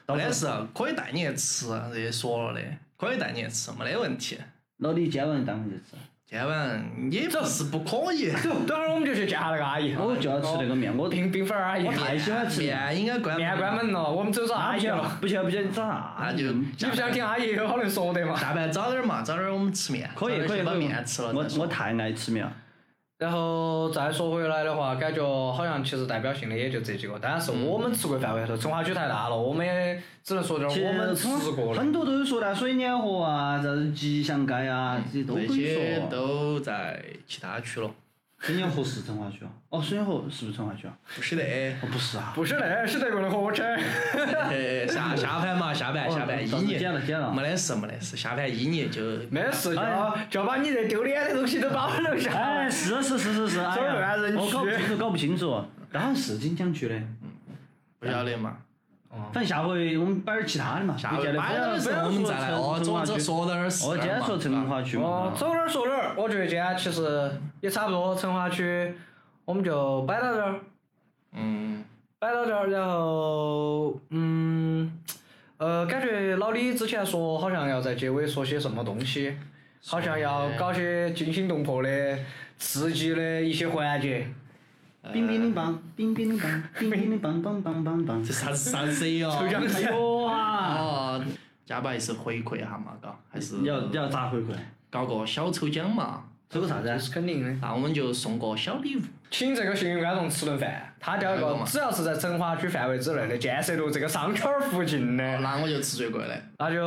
S5: 没得事，可以带你去吃，这些说了的，可以带你去吃，没得问题。
S4: 老李今晚当然去吃，
S5: 今晚也不是不可以，
S3: 等会儿我们就去见下那个阿姨。
S4: 我就要吃那个面，我
S3: 冰 冰粉儿阿姨
S4: 我。太喜欢吃面。
S5: 面应该关
S3: 面关。门了，我们走找阿
S4: 不
S3: 姨
S4: 行
S3: 了。
S4: 哎不行不行，找啥
S5: 那就
S4: 嗯
S3: 你不想听阿姨有好能说的嘛？
S5: 下班早点嘛，早点我们吃面。
S4: 可以
S5: 早点
S4: 可以
S5: 先把
S4: 可以
S5: 面吃了
S4: 我
S5: 再说。
S4: 我太爱吃面了。
S3: 然后再说回来的话，感觉好像其实代表性的也就这几个，当然是我们吃过范围头，成华区太大了，我们也只能说点儿
S4: 其实
S3: 我们吃过的
S4: 很。多都有说的，水碾河啊，啥子吉祥街啊，这些都可
S5: 那
S4: 以
S5: 些
S4: 说。啊
S5: 都在其他区了，
S4: 水碾河是成华区啊？哦，水碾河是不是成华区啊？
S5: 不是得。
S4: 哦，不是啊。
S3: 不是那，是德国的火车。
S5: 嘿 下下盘嘛，下盘
S4: 哦
S5: 下啊盘一
S4: 到时候
S5: 年，
S4: 剪了剪了
S5: 没得事没得事，下盘一年就
S3: 没事，就要就要把你这丢脸的东西都保留
S5: 啊
S3: 下
S4: 哎，
S3: 来。
S4: 是是是是是，哎
S3: 这儿有
S4: 呀
S3: 安人，
S4: 我
S3: 区
S4: 搞不清楚，搞不清楚，当然是锦江区的。
S5: 嗯不晓得嘛。
S4: 反正下回我们摆点其他的嘛，
S5: 下回
S4: 别见得
S5: 摆到的时候我们再来哦，
S4: 不
S5: 总
S4: 要
S5: 之
S4: 说成
S5: 说到哪儿是
S4: 哦，今
S5: 哪儿
S4: 天
S5: 嘛
S4: 说成华
S5: 啊
S4: 区
S3: 哦
S4: 嘛，，
S3: 走哪儿说哪儿，我觉得今天其实也差不多，成华区我们就摆到这儿。
S5: 嗯，
S3: 摆到这儿，然后嗯，呃，感觉老李之前说好像要在结尾说些什么东西，好像要搞些惊心动魄的、刺激的一些环节。
S5: 哎
S4: 冰冰的棒，冰冰的棒，冰冰的棒棒棒棒棒
S5: 这。啥子啥子哟？
S3: 抽象
S4: 哎呦啊！
S5: 哦，加把意思回馈一下嘛，嘎，还是
S4: 要要咋回馈？
S5: 搞个小抽奖嘛，
S4: 抽个啥子啊
S3: 这？是肯定的，
S5: 那我们就送个小礼物。
S3: 请这个幸运观众吃顿饭，他挑一
S5: 还有
S3: 个
S5: 吗
S3: 只要是在成华区范围之内的建设路这个商圈儿附近的，
S5: 哦那我就吃最贵的。
S3: 那就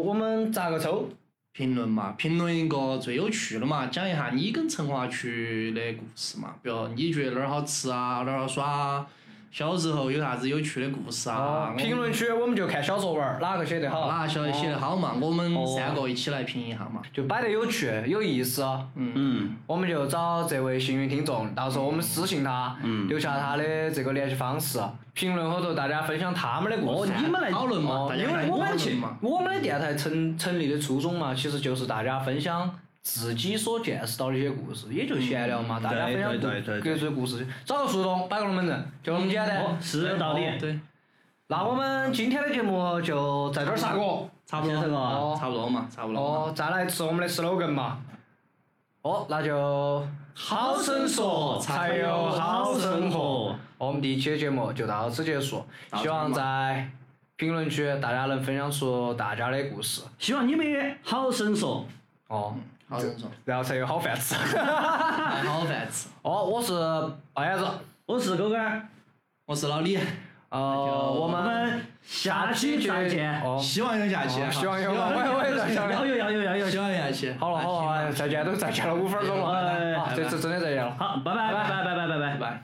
S3: 我们咋个抽？
S5: 评论嘛，评论一个最有趣的嘛，讲一下你跟成华区的故事嘛，比如你觉得哪儿好吃啊，哪儿好耍啊，小时候有啥子有趣的故事啊？我们
S3: 评论区我们就看小作文儿，哪个写得好，哦
S5: 哪晓得写得好嘛？我们三个一起来评一下嘛。
S3: 就摆得有趣有意思。啊
S4: 嗯，
S3: 我们就找这位幸运听众，到时候我们私信他，
S4: 嗯
S3: 留下他的这个联系方式，啊评论后头大家分享他们的故
S4: 哦，
S3: 事。
S4: 你们来
S5: 讨论嘛，
S3: 哦
S5: 大
S3: 因
S5: 家来
S3: 为我
S5: 讨
S3: 们
S5: 论
S3: 去
S5: 嘛。
S3: 我们的电台成成立的初衷嘛，其实就是大家分享自己所见识到的一些故事，也就闲聊嘛，大嗯家分享
S4: 对对对对
S3: 各自的故事，找个树洞，摆个龙门阵，就那么简
S4: 哦
S3: 单。
S4: 是有道理。
S5: 对，
S3: 那我们今天的节目就在这儿杀过，
S5: 差不
S4: 先生
S5: 多，
S4: 啊
S3: 哦
S5: 差不多嘛，差不多嘛。
S3: 哦，再来吃我们的 slogan 嘛。哦，那就好生说才有好生活。。我们第一期的节目就到此结束，
S5: 到此
S3: 希望在评论区大家能分享出大家的故事
S4: 希望你们也好生说。
S3: 哦，
S5: 好生 说，
S3: 然后才有好饭吃。
S5: 买好饭吃。
S3: 哦，我是哎白鸭子，
S4: 我是狗狗儿，
S5: 我是老李，
S3: 呃，我
S4: 我
S3: 们
S4: 们下期再见。
S3: 哦，
S5: 希望有下期啊，
S3: 哦希望有我也我也在想
S4: 要有要有要有
S5: 希。望有下期。
S3: 好了好了，再见都再见了五分钟了，
S4: 哎
S3: 啊，这次真的再见了。
S4: 好，拜拜拜拜拜拜拜拜
S5: 拜。拜。